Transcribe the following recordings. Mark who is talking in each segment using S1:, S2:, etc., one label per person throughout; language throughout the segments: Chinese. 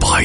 S1: 百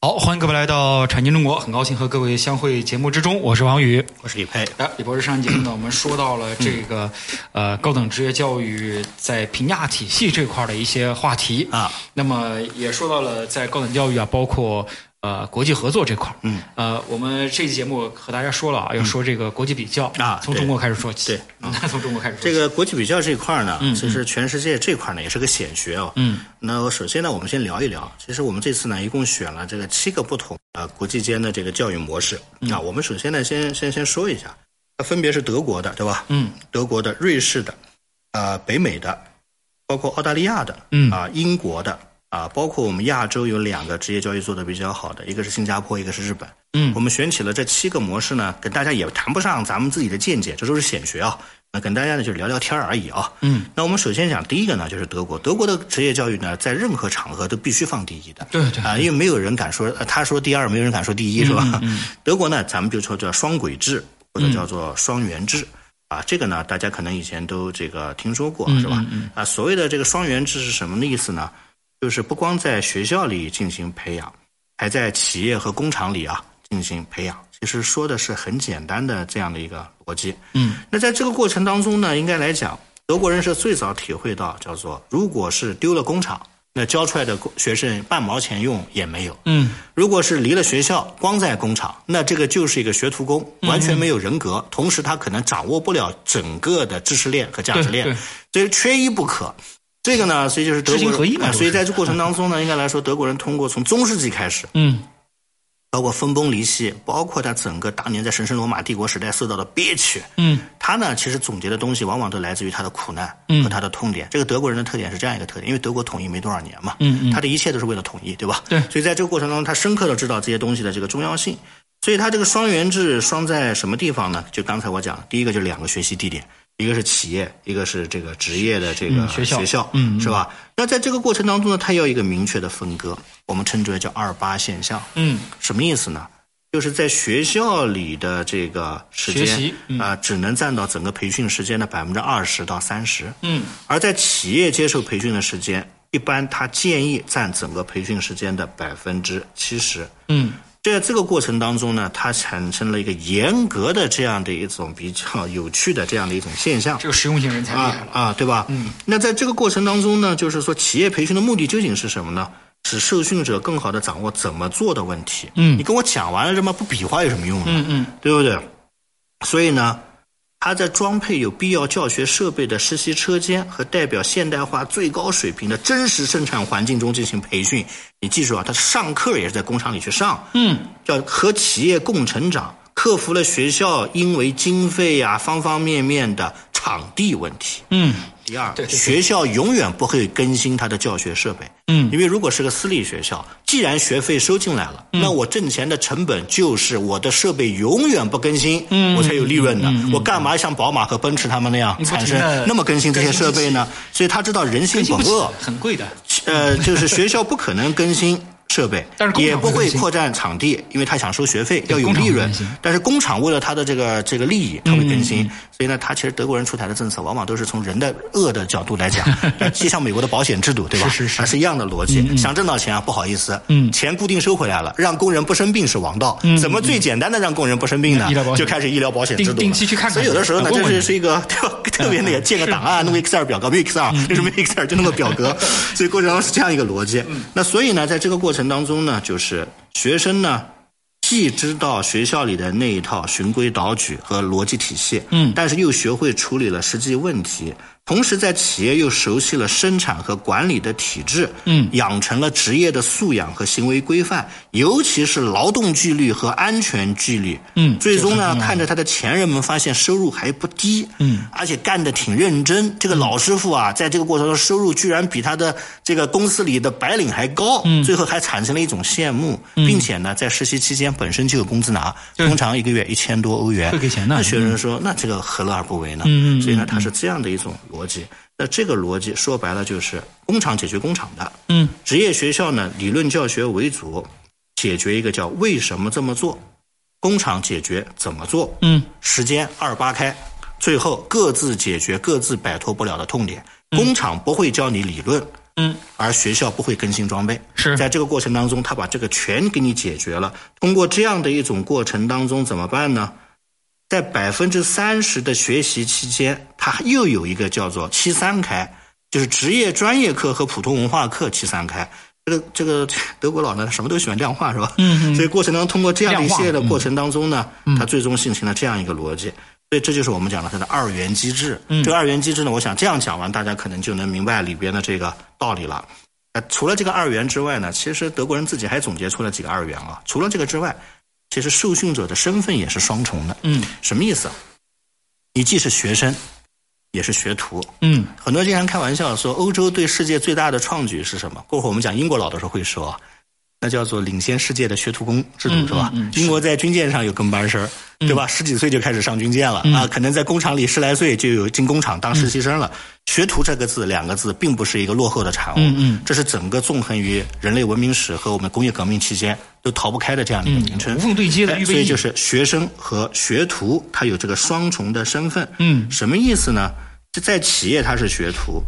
S2: 好，欢迎各位来到《产经中国》，很高兴和各位相会节目之中，我是王宇。
S3: 我是李佩。
S2: 哎，李博士，上一节目呢，我们说到了这个呃高等职业教育在评价体系这块儿的一些话题
S3: 啊，
S2: 那么也说到了在高等教育啊，包括呃国际合作这块儿，
S3: 嗯，
S2: 呃，我们这期节目和大家说了啊，要说这个国际比较
S3: 啊
S2: 从
S3: 对
S2: 中国开始说起，
S3: 对
S2: 嗯， 从中国开始说
S3: 这
S2: 起，
S3: 个国际比较这一块儿呢，
S2: 嗯
S3: 其实全世界这块儿呢也是个显学哦。
S2: 嗯，
S3: 那首先呢，我们先聊一聊，其实我们这次呢一共选了这个七个不同呃国际间的这个教育模式。
S2: 嗯
S3: 啊，我们首先呢先先先说一下，它分别是德国的，对吧？
S2: 嗯，
S3: 德国的、瑞士的，啊，北美的，包括澳大利亚的，
S2: 嗯
S3: 啊，英国的。啊，包括我们亚洲有两个职业教育做得比较好的，一个是新加坡，一个是日本。
S2: 嗯
S3: 我们选起了这七个模式呢，跟大家也谈不上咱们自己的见解，这都是显学啊。那跟大家呢就聊聊天儿而已啊。
S2: 嗯，
S3: 那我们首先讲第一个呢，就是德国。德国的职业教育呢，在任何场合都必须放第一的。
S2: 对对
S3: 啊，因为没有人敢说呃他说第二，没有人敢说第一，是吧？ 德国呢，咱们就说叫双轨制，或者叫做双元制。啊，这个呢，大家可能以前都这个听说过，是吧？啊，所谓的这个双元制是什么意思呢？就是不光在学校里进行培养，还在企业和工厂里啊进行培养。其实说的是很简单的这样的一个逻辑。嗯，那在这个过程当中呢，应该来讲，德国人是最早体会到叫做，如果是丢了工厂，那教出来的学生半毛钱用也没有。
S2: 嗯，
S3: 如果是离了学校，光在工厂，那这个就是一个学徒工，完全没有人格，同时他可能掌握不了整个的知识链和价值
S2: 对
S3: 链
S2: 对，
S3: 所以缺一不可。这个呢，所以就是德
S2: 知
S3: 国
S2: 行合一
S3: 人，
S2: 嘛
S3: 啊
S2: 都是
S3: 所以在这过程当中呢，应该来说，德国人通过从中世纪开始，
S2: 嗯
S3: 包括分崩离析，包括他整个当年在神圣罗马帝国时代受到的憋屈，
S2: 嗯
S3: 他呢，其实总结的东西往往都来自于他的苦难和他的痛点。这个德国人的特点是这样一个特点，因为德国统一没多少年嘛，
S2: 嗯嗯
S3: 他的一切都是为了统一，对吧？
S2: 对
S3: 所以在这个过程中，他深刻的知道这些东西的这个重要性。所以他这个双元制双在什么地方呢？就刚才我讲，第一个就是两个学习地点，一个是企业，一个是这个职业的这个
S2: 嗯学校
S3: 学校，
S2: 嗯嗯
S3: 是吧？那在这个过程当中呢，它要有一个明确的分割，我们称之为叫二八现象。
S2: 嗯
S3: 什么意思呢？就是在学校里的这个时间
S2: 学
S3: 啊
S2: 习、嗯
S3: 只能占到整个培训时间的百分之二十到三十。
S2: 嗯，
S3: 而在企业接受培训的时间，一般他建议占整个培训时间的百分之七十。
S2: 嗯，
S3: 在这个过程当中呢，它产生了一个严格的这样的一种比较有趣的这样的一种现象。
S2: 这个实用性人才厉害了，
S3: 啊啊，对吧？嗯，那在这个过程当中呢，就是说企业培训的目的究竟是什么呢？使受训者更好的掌握怎么做的问题。嗯，你跟我讲完了这么不比划有什么用呢？嗯嗯，对不对？所以呢，它在装配有必要教学设备的实习车间和代表现代化最高水平的真实生产环境中进行培训。你记住啊，他上课也是在工厂里去上，嗯，叫和企业共成长，克服了学校因为经费呀、方方面面的场地问题。
S2: 嗯
S3: 第二
S2: 对，对对
S3: 学校永远不会更新它的教学设备，嗯，因为如果是个私立学校，既然学费收进来
S2: 嗯
S3: 了，那我挣钱的成本就是我的设备永远不更新，嗯，我才有利润的。我干嘛像宝马和奔驰他们那样
S2: 你不
S3: 产
S2: 停地
S3: 生那么更新这些
S2: 更新
S3: 设
S2: 自己
S3: 备呢？所以他知道人性
S2: 更新
S3: 本
S2: 不起
S3: 恶，
S2: 很贵的，
S3: 呃，就是学校不可能更新设备，
S2: 但是工厂
S3: 也不
S2: 会
S3: 会
S2: 更新
S3: 扩占场地，因为他想收学费，要
S2: 对
S3: 有
S2: 工厂
S3: 利
S2: 会
S3: 润
S2: 更新。嗯
S3: 但是工厂为了他的这个这个利益，他会更新。所以呢，他其实德国人出台的政策，往往都是从人的恶的角度 来讲，就像美国的保险制度，对吧？
S2: 是嗯是是
S3: 啊一样的逻辑。想挣到钱啊，不好意思，嗯，钱固定收回来了，让工人不生病是王道。怎么最简单的让工人不生病呢
S2: 嗯医疗保？险
S3: 就开始医疗保险制度了。
S2: 定定期去看看
S3: 所以有的时候呢，
S2: 问
S3: 这
S2: 问
S3: 是
S2: 你嗯
S3: 是一个特 别那个建个档案，弄个 Excel 表格，没有 Excel，就是没有 Excel 就弄个表 格，所以
S2: 嗯
S3: 过程当中是这样一个逻辑。那所以呢，在这个过程当中呢，就是学生呢。既知道学校里的那一套循规蹈矩和逻辑体系，
S2: 嗯
S3: 但是又学会处理了实际问题，同时在企业又熟悉了生产和管理的体制，
S2: 嗯
S3: 养成了职业的素养和行为规范，尤其是劳动纪律和安全纪律，
S2: 嗯
S3: 最终
S2: 这个
S3: 呢
S2: 很重，要
S3: 看着他的前人们发现收入还不低，
S2: 嗯，
S3: 而且干得挺认真，这个老师傅啊，在这个过程中收入居然比他的这个公司里的白领还高，嗯，最后还产生了一种羡慕，
S2: 嗯
S3: 并且呢，在实习期间本身就有工资拿，
S2: 对
S3: 通常一个月一千多欧元，
S2: 会给钱的
S3: 那学生说，那这个何乐而不为呢？
S2: 嗯嗯嗯
S3: 所以呢，它是这样的一种逻辑。那这个逻辑说白了就是工厂解决工厂的，
S2: 嗯
S3: 职业学校呢，理论教学为主，解决一个叫为什么这么做，工厂解决怎么做，
S2: 嗯，
S3: 时间二八开，最后各自解决各自摆脱不了的痛点。工厂不会教你理论，
S2: 嗯，
S3: 而学校不会更新装备。
S2: 是
S3: 在这个过程当中，他把这个全给你解决了。通过这样的一种过程当中，怎么办呢？在百分之三十的学习期间，它又有一个叫做“七三开”，就是职业专业课和普通文化课“七三开”。这个这个德国佬呢，什么都喜欢量化是吧？
S2: 嗯嗯
S3: 所以过程当中，通过这样的一系列的
S2: 量化嗯
S3: 过程当中呢，它最终形成了这样一个逻辑。所以这就是我们讲的它的二元机制。这个二元机制呢，我想这样讲完，大家可能就能明白里边的这个道理了。呃，除了这个二元之外呢，其实德国人自己还总结出了几个二元啊。除了这个之外，其实受训者的身份也是双重的。
S2: 嗯，
S3: 什么意思啊？你既是学生，也是学徒。
S2: 嗯
S3: 很多人经常开玩笑说，欧洲对世界最大的创举是什么？过会儿我们讲英国佬的时候会说啊，那叫做领先世界的学徒工制度，
S2: 嗯
S3: 是吧？
S2: 嗯嗯嗯
S3: 英国在军舰上有跟班生，对吧？十几岁就开始上军舰了、啊，可能在工厂里十来岁就有进工厂当实习生了。学徒这个字，两个字，并不是一个落后的产物，
S2: 嗯嗯
S3: 这是整个纵横于人类文明史和我们工业革命期间都逃不开的这样的一个名称，
S2: 无缝对接的
S3: 哎
S2: 预备
S3: 所以
S2: 役
S3: 就是学生和学徒，他有这个双重的身份。
S2: 嗯
S3: 什么意思呢？就在企业他是学徒，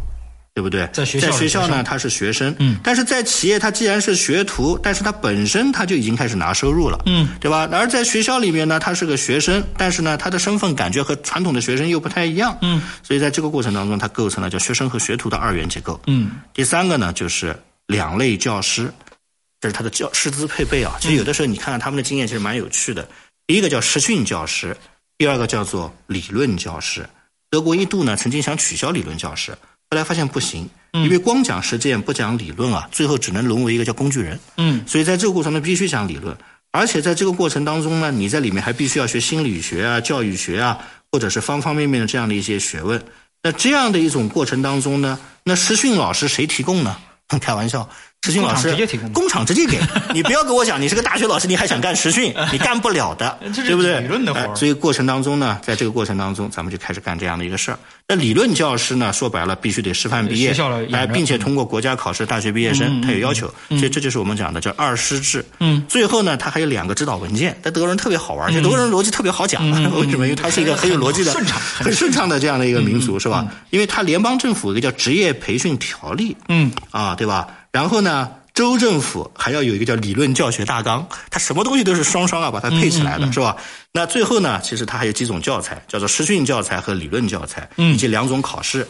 S3: 对不对？
S2: 在学校是学
S3: 呢
S2: 生
S3: 他是学生，嗯，但是在企业他既然是学徒，但是他本身他就已经开始拿收入了，
S2: 嗯，
S3: 对吧？而在学校里面呢，他是个学生，但是呢，他的身份感觉和传统的学生又不太一样，嗯，所以在这个过程当中，它构成了叫学生和学徒的二元结构。
S2: 嗯
S3: 第三个呢，就是两类教师，这是他的教师资配备啊。其实有的时候你看看他们的经验，其实蛮有趣的。第一个叫实训教师，第二个叫做理论教师。德国一度呢曾经想取消理论教师，后来发现不行，
S2: 嗯
S3: 因为光讲实践不讲理论啊，最后只能沦为一个叫工具人。
S2: 嗯
S3: 所以在这个过程中必须讲理论，而且在这个过程当中呢，你在里面还必须要学心理学啊、教育学啊，或者是方方面面的这样的一些学问。那这样的一种过程当中呢，那实训老师谁提供呢？ 开玩笑，实训老师
S2: 工厂直接提供吗
S3: 工厂直接给你，不要跟我讲你是个大学老师，你还想干实训，你干不了的，
S2: 这是
S3: 对不对？
S2: 理论的活儿
S3: 哎所以过程当中呢，在这个过程当中，咱们就开始干这样的一个事儿。那理论教师呢，说白了必须得师范毕业，
S2: 学校来
S3: 哎，
S2: 养着嗯
S3: 并且通过国家考试，大学毕业生他有要求，所以这就是我们讲的叫二师制。嗯，最后呢，他还有两个指导文件，但德国人特别好玩，就德国
S2: 嗯
S3: 人逻辑特别好讲， 为什么？因为他是一个很有逻辑的、
S2: 顺畅嗯
S3: 很顺畅的这样的一个民族，是吧？因为他联邦政府有一个叫职业培训条例，
S2: 嗯
S3: 啊，对吧？然后呢，州政府还要有一个叫理论教学大纲，它什么东西都是双双啊，把它配起来的，是吧？那最后呢，其实它还有几种教材，叫做实训教材和理论教材，以及两种考试，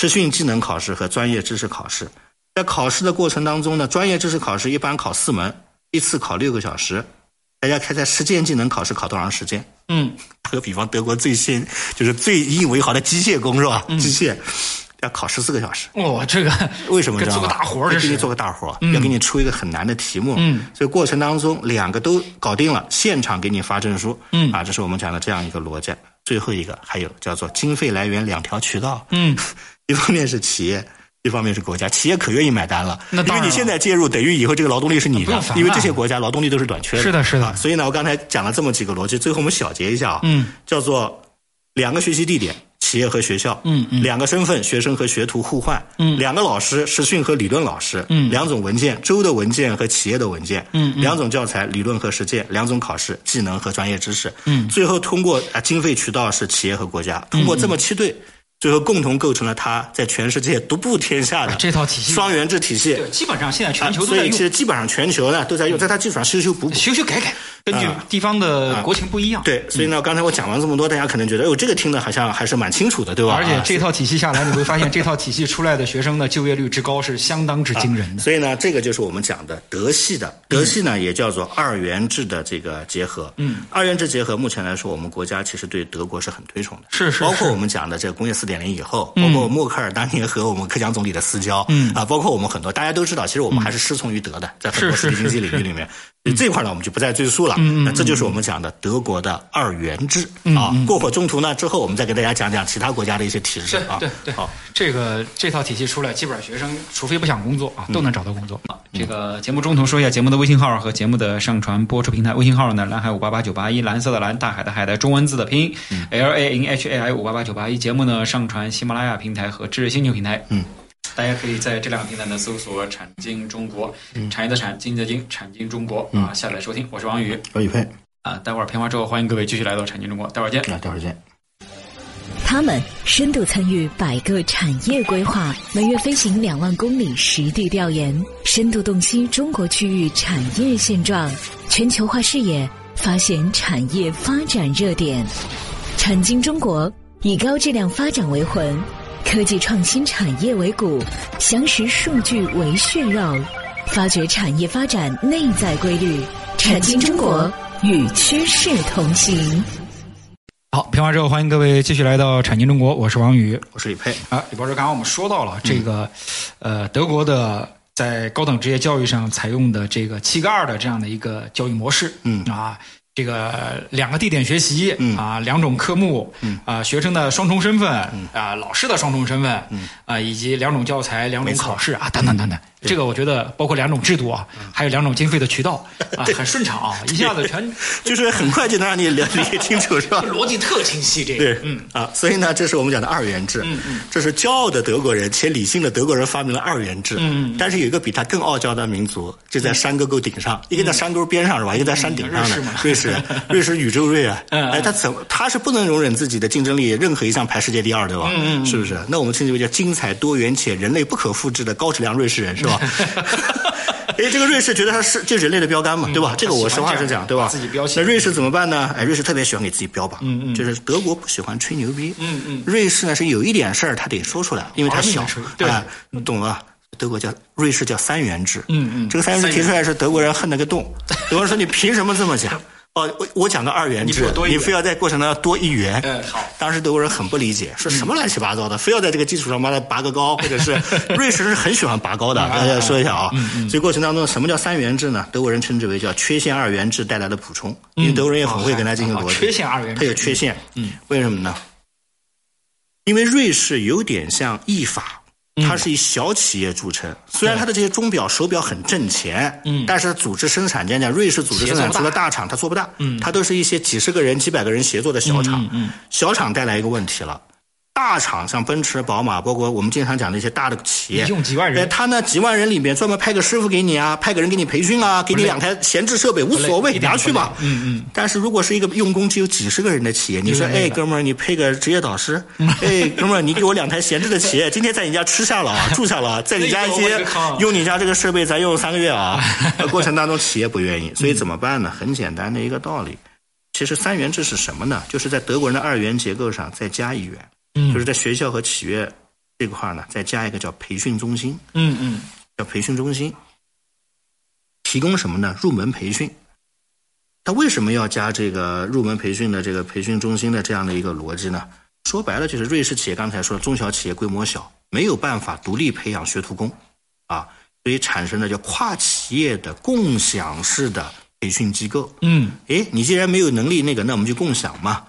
S3: 实训技能考试和专业知识考试。在考试的过程当中呢，专业知识考试一般考四门，一次考六个小时。大家看，在实践技能考试考多长时间？
S2: 嗯
S3: 打个比方，德国最先就是最引以为豪的机械工是吧？机械要考十四个小时。
S2: 哦，这个
S3: 为什么
S2: 给
S3: 这样
S2: 做
S3: 啊？
S2: 个大活儿这
S3: 要给你
S2: 是嗯
S3: 做个大活儿，要给你出一个很难的题目。嗯，所以过程当中两个都搞定了，现场给你发证书。嗯，啊，这是我们讲的这样一个逻辑。最后一个还有叫做经费来源两条渠道。
S2: 嗯，
S3: 一方面是企业。一方面是国家，企业可愿意买单了，
S2: 那
S3: 因
S2: 当
S3: 为
S2: 然
S3: 你现在介入，等于以后这个劳动力是你
S2: 不
S3: 的
S2: 用，烦
S3: 因为
S2: 了
S3: 这些国家劳动力都是短缺的。
S2: 是的是的
S3: 啊所以呢，我刚才讲了这么几个逻辑，最后我们小结一下啊，
S2: 嗯，
S3: 叫做两个学习地点，企业和学校，
S2: 嗯嗯
S3: 两个身份，学生和学徒互换，嗯，两个老师，实训和理论老师，
S2: 嗯
S3: 两种文件，州的文件和企业的文件，
S2: 嗯嗯
S3: 两种教材，理论和实践，两种考试，技
S2: 嗯
S3: 能和专业知识，嗯，最后通过啊经费渠道是企业和国家，通过这么七对。最后共同构成了它在全世界独步天下的
S2: 啊这套体系
S3: 双元制体系。
S2: 对，基本上现在全
S3: 啊
S2: 球都
S3: 所
S2: 在
S3: 以
S2: 用，
S3: 其实基本上全球呢都在用，在它基础上修修补补。
S2: 修修改改，根据地方的国情不一样。
S3: 啊
S2: 嗯
S3: 对，所以呢，刚才我讲完这么多，大家可能觉得，哦，这个听的好像还是蛮清楚的，对吧？
S2: 而且
S3: 啊
S2: 这套体系下来，你会发现这套体系出来的学生的就业率之高是相当之惊人的。
S3: 所以呢，这个就是我们讲的德系
S2: 嗯
S3: 的，德系呢、也叫做二元制的这个结合。嗯，二元制结合目前来说，我们国家其实对德国是很推崇的，
S2: 是是嗯
S3: 包括
S2: 是
S3: 我们讲的这个工业四点零以后，包括默克尔当年和我们克强总理的私交，嗯啊，包括我们很多大家都知道，其实我们还是师从于德的，在很多
S2: 嗯是是
S3: 实体经济
S2: 是嗯
S3: 领域里面。所以这块呢，我们就不再赘述了。嗯，那这就是我们讲的德国的二元制
S2: 嗯
S3: 啊。过会儿中途呢，之后我们再给大家讲讲其他国家的一些提示
S2: 对
S3: 啊。
S2: 对对
S3: 好，，
S2: 这个这套体系出来，基本上学生除非不想工作啊，都能找到工作。啊这个节目中途说一下节目的微信号和节目的上传播出平台。微信号呢，蓝海五八八九八一，蓝色的蓝，大海的海的中文字的拼音 L A N H A I 五八八九八一。节目呢上传喜马拉雅平台和知识星球平台。
S3: 嗯。
S2: 大家可以在这两个平台呢搜索“产经中国”，产业的产，经济的经，产经中国啊，下载收听。我是王宇
S3: 呃我宇飞，
S2: 啊，待会儿片花之后，欢迎各位继续来到产经中国，待会儿见。
S3: 那待会儿见。
S4: 他们深度参与百个产业规划，每月飞行两万公里实地调研，深度洞悉中国区域产业现状，全球化视野，发现产业发展热点。产经中国以高质量发展为魂，科技创新产业为骨，详实数据为血肉，发掘产业发展内在规律。产经中国与趋势同行。
S2: 好，评完之后，欢迎各位继续来到产经中国，我是王宇。
S3: 我是李佩。
S2: 啊，李博士，刚刚我们说到了这个，呃，德国的在高等职业教育上采用的这个“七个二”的这样的一个教育模式，
S3: 嗯
S2: 啊，这个两个地点学习，
S3: 嗯
S2: 啊，两种科目，嗯啊，学生的双重身份，
S3: 嗯
S2: 啊，老师的双重身份，嗯啊，以及两种教材、两种
S3: 没错嗯
S2: 考试啊，等等等等。这个我觉得包括两种制度啊，还有两种经费的渠道 啊，很顺畅啊，一下子全
S3: 就是很快就能让你了解清楚，是吧？
S2: 逻辑特清晰。这个，
S3: 对，嗯啊，所以呢，这是我们讲的二元制，嗯嗯，这是骄傲的德国人且理性的德国人发明了二元制，嗯，但是有一个比他更傲娇的民族，就在山沟沟顶上，一个在山沟边上是吧？一个在山顶上
S2: 瑞
S3: 的
S2: 士嘛
S3: 瑞士，瑞士宇宙瑞啊，
S2: 嗯
S3: 哎，他怎么他是不能容忍自己的竞争力任何一项排世界第二，对吧？嗯嗯，是不是？那我们称之为叫精彩多元且人类不可复制的高质量瑞士人，是吧？ 因为这个瑞士觉得他是就是人类的标杆嘛，对吧？这个我实话实讲，对吧？
S2: 把自己标起
S3: 那瑞士怎么办呢？哎，瑞士特别喜欢给自己标榜，嗯嗯，就是德国不喜欢吹牛逼，嗯嗯，瑞士呢是有一点事儿他得说出来，因为他
S2: 好命
S3: 小
S2: 的吹，对
S3: 啊，懂了吧。德国叫瑞士叫三元制，
S2: 嗯嗯
S3: 这个三元制提出来是德国人恨那 个洞，德国人说你凭什么这么讲？哦，我我讲个二元
S2: 你
S3: 制
S2: 给我，多一
S3: 你
S2: 元
S3: 非要在过程当中多一元，
S2: 嗯好
S3: 当时德国人很不理解，说什么乱七八糟的，非要在这个基础上妈的拔个
S2: 嗯
S3: 高，或者 是瑞士人是很喜欢拔高的，大家说一下啊。
S2: 嗯
S3: 所以过程当中，什么叫三元制呢？德国人称之为叫缺陷二元制带来的补充，
S2: 嗯
S3: 因为德国人也很会跟它进行
S2: 哦
S3: 逻辑。
S2: 缺陷二元制
S3: 它有缺陷，嗯，为什么呢？因为瑞士有点像意法。
S2: 嗯
S3: 它是以小企业著称，虽然它的这些钟表、手表很挣钱，嗯，但是组织生产，讲讲瑞士组织生产
S2: 企业做
S3: 出
S2: 不大
S3: 了大厂，它做不大，嗯，它都是一些几十个人、几百个人协作的小厂，
S2: 嗯
S3: 小厂带来一个问题了。大厂像奔驰、宝马，包括我们经常讲的一些大的企业，
S2: 一用几万人
S3: 哎他呢几万人里面专门派个师傅给你啊，派个人给你培训啊，给你两台闲置设备无
S2: 累
S3: 所谓，
S2: 一点
S3: 拿
S2: 不
S3: 去
S2: 累
S3: 吧。嗯嗯。但是如果是一个用工只有几十个人的企业，你说
S2: 有点累
S3: 哎
S2: 了
S3: 哥们儿你配个职业导 师，哎哥们儿你给我两台闲置的企业，今天在你家吃下了啊，住下了啊，在你家一
S2: 那
S3: 些
S2: 个我靠
S3: 用你家这个设备，咱用三个月 啊，过程当中企业不愿意，所以怎么办呢？很简单的一个道理，其实三元制是什么呢？就是在德国人的二元结构上再加一元，
S2: 嗯
S3: 就是在学校和企业这块儿呢再加一个叫培训中心，
S2: 嗯嗯，
S3: 叫培训中心，提供什么呢？入门培训。他为什么要加这个入门培训的这个培训中心的这样的一个逻辑呢？说白了就是瑞士企业刚才说中小企业规模小，没有办法独立培养学徒工，啊，所以产生的叫跨企业的共享式的培训机构。
S2: 嗯，
S3: 诶，你既然没有能力那个，那我们就共享嘛。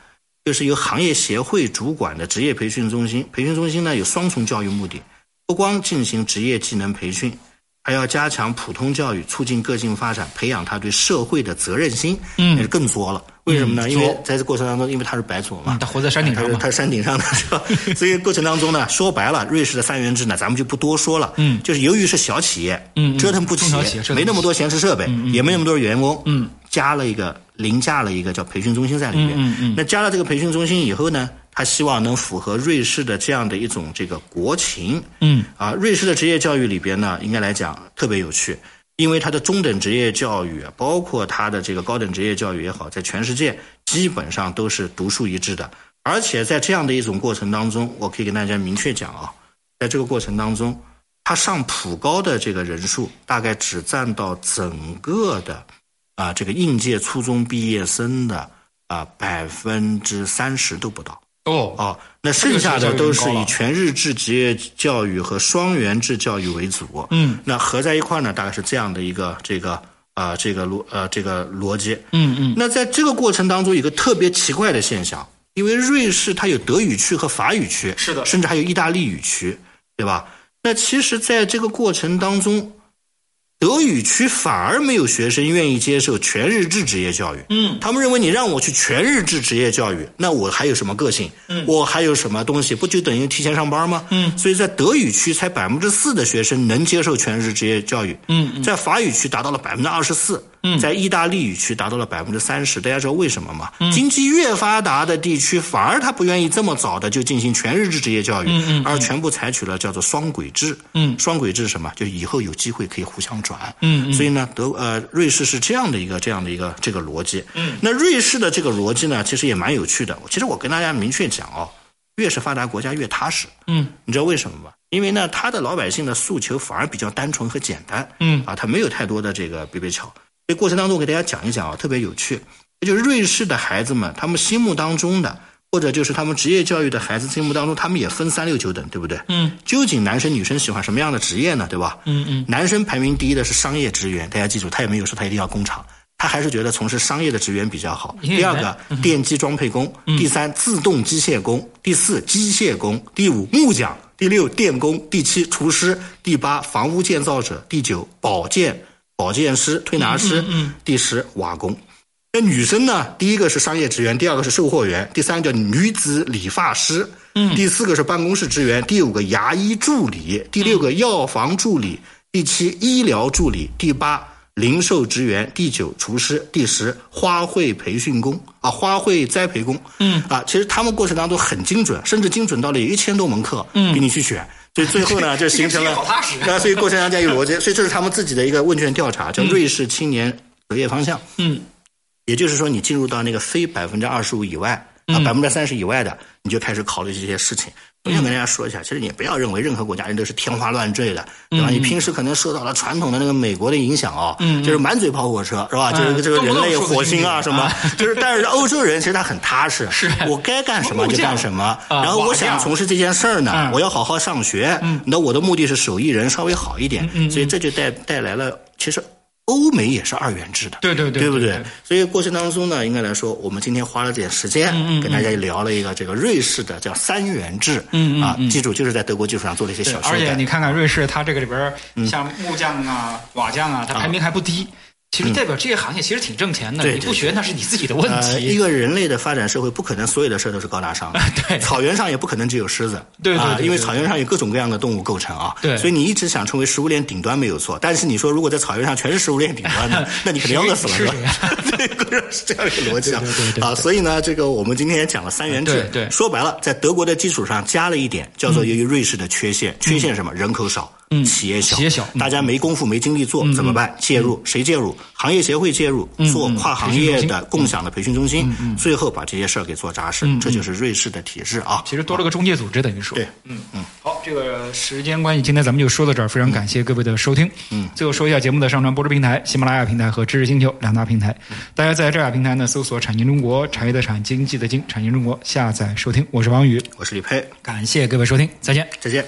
S3: 就是由行业协会主管的职业培训中心，培训中心呢有双重教育目的，不光进行职业技能培训，还要加强普通教育，促进个性发展，培养他对社会的责任心。嗯，是更作了。为什么呢？因为在这过程当中，因为他是白左嘛，
S2: 嗯他活在山顶上嘛
S3: 哎他是他是山顶上的是 吧？所以过程当中呢，说白了，瑞士的三元制呢，咱们就不多说了。嗯，就是由于是小企业，
S2: 嗯嗯
S3: 折腾不
S2: 中
S3: 起
S2: 小企业，折腾不起嗯
S3: 没那么多闲置设备，也没那么多员工，嗯，加了一个凌驾了一个叫培训中心在里面。
S2: 嗯嗯嗯
S3: 那加了这个培训中心以后呢，他希望能符合瑞士的这样的一种这个国情。
S2: 嗯，
S3: 啊，瑞士的职业教育里边呢，应该来讲特别有趣，因为它的中等职业教育，包括它的这个高等职业教育也好，在全世界基本上都是独树一帜的。而且在这样的一种过程当中，我可以跟大家明确讲啊，在这个过程当中，它上普高的这个人数大概只占到整个的啊这个应届初中毕业生的啊百分之三十都不到。
S2: 哦，
S3: 哦，那剩下的都是
S2: 这个是教育很高
S3: 以
S2: 了
S3: 全日制职业教育和双元制教育为主。
S2: 嗯，
S3: 那合在一块儿呢，大概是这样的一个这个啊、这个逻呃这个逻辑。
S2: 嗯嗯，
S3: 那在这个过程当中，有一个特别奇怪的现象，因为瑞士它有德语区和法语区，
S2: 是的
S3: 甚至还有意大利语区，对吧？那其实，在这个过程当中，德语区反而没有学生愿意接受全日制职业教育。
S2: 嗯，
S3: 他们认为你让我去全日制职业教育，那我还有什么个性？嗯，我还有什么东西？不就等于提前上班吗？嗯，所以在德语区才百分之四的学生能接受全日职业教育。嗯，在法语区达到了百分之二十四。嗯，在意大利语区达到了百分之三十。大家知道为什么吗？经济越发达的地区，反而他不愿意这么早的就进行全日制职业教育，而全部采取了叫做双轨制。嗯，双轨制是什么？就以后有机会可以互相转。嗯，所以呢，德呃瑞士是这样的一个这样的一个这个逻辑。嗯，那瑞士的这个逻辑呢，其实也蛮有趣的。其实我跟大家明确讲哦，越是发达国家越踏实。
S2: 嗯，
S3: 你知道为什么吗？因为呢，他的老百姓的诉求反而比较单纯和简单。
S2: 嗯
S3: 啊，他没有太多的这个别别巧。所以过程当中，我给大家讲一讲啊，特别有趣。也就是瑞士的孩子们，他们心目当中的，或者就是他们职业教育的孩子心目当中，他们也分三六九等，对不对？
S2: 嗯。
S3: 究竟男生女生喜欢什么样的职业呢？对吧？
S2: 嗯嗯。
S3: 男生排名第一的是商业职员，大家记住，他也没有说他一定要工厂，他还是觉得从事商业的职员比较好。
S2: 因为
S3: 第二
S2: 男
S3: 个，电机装配工；第三，自动机械工；第四，机械工；第五，木匠；第六，电工；第七，厨师；第八，房屋建造者；第九，保健保健师、推拿师；第十，瓦工。那女生呢？第一个是商业职员，第二个是售货员，第三个叫女子理发师，嗯，第四个是办公室职员，第五个牙医助理，第六个药房助理，第七医疗助理，第八零售职员，第九厨师，第十花卉培训工啊，花卉栽培工，嗯啊，其实他们过程当中很精准，甚至精准到了有一千多门课，嗯，给你去选。所以最后 呢，就形成了
S2: 这个好踏实
S3: 那所以过程当中有逻辑，所以这是他们自己的一个问卷调查，叫瑞士青年择业方向。
S2: 嗯，
S3: 也就是说，你进入到那个非百分之二十五以外
S2: 嗯
S3: 啊，百分之三十以外的，你就开始考虑这些事情。我想跟大家说一下，其实你不要认为任何国家人都是天花乱坠的，对
S2: 嗯
S3: 吧？你平时可能受到了传统的那个美国的影响啊，就是满嘴跑火车，是吧？就
S2: 嗯
S3: 是这个
S2: 动不
S3: 人
S2: 动
S3: 类
S2: 数字
S3: 火星啊
S2: 经济
S3: 什么
S2: 啊，
S3: 就是但是欧洲人其实他很踏实，
S2: 是
S3: 我该干什么就干什么，
S2: 木匠啊
S3: 然后我
S2: 瓦匠
S3: 想从事这件事儿呢
S2: 嗯，
S3: 我要好好上学，那我的目的是手艺人稍微好一点，
S2: 嗯
S3: 所以这就带带来了其实。欧美也是二元制的，
S2: 对对对
S3: 对不
S2: 对
S3: 对
S2: 对？
S3: 所以过程当中呢，应该来说，我们今天花了点时
S2: 嗯
S3: 间跟大家聊了一个这个瑞士的叫三元制，
S2: 嗯嗯
S3: 啊，记住就是在德国基础上做了一些小修
S2: 而且
S3: 改
S2: 你。看看瑞士，它这个里边儿像木匠啊、瓦匠啊，它排名还不低。其实代表这些行业其实挺挣钱的，
S3: 对
S2: 你
S3: 对
S2: 不学那是你自己的问
S3: 呃，一
S2: 题。
S3: 个人类的发展社会不可能所有的事儿都是高大上的，
S2: 对
S3: 草原上也不可能只有狮子，
S2: 对对
S3: 啊，
S2: 对
S3: 因为
S2: 对
S3: 草原上有各种各样的动物构成啊，
S2: 对
S3: 所以你一直想成为食物链顶端没有错，但是你说如果在草原上全是食物链顶 端的，那你肯定要饿死了，
S2: 谁
S3: 是吧
S2: 吃谁啊？
S3: 对，是这样一个逻辑啊
S2: 对对对对对
S3: 啊，所以呢，这个我们今天也讲了三元制，
S2: 对对
S3: 说白了，在德国的基础上加了一点，叫做由于瑞士的缺陷，缺陷什么？人口少，嗯，企业小，
S2: 企业小嗯
S3: 大家没功夫没精力做，怎么办？介入，谁介入？行业协会介入，
S2: 嗯
S3: 做跨行业的共享的培训中心，最后把这些事儿给做扎实，这就是瑞士的体制啊。
S2: 嗯其实多了个中介组织，等于说。
S3: 对，
S2: 嗯嗯。好，这个时间关系，今天咱们就说到这儿。非常感谢各位的收听。嗯。最后说一下节目的上传播出平台：喜马拉雅平台和知识星球两大平台。大家在这俩平台呢搜索“产业中国”，产业的产，经济的经，产业中国下载收听。我是王宇，
S3: 我是李佩，
S2: 感谢各位收听，再见。
S3: 再见。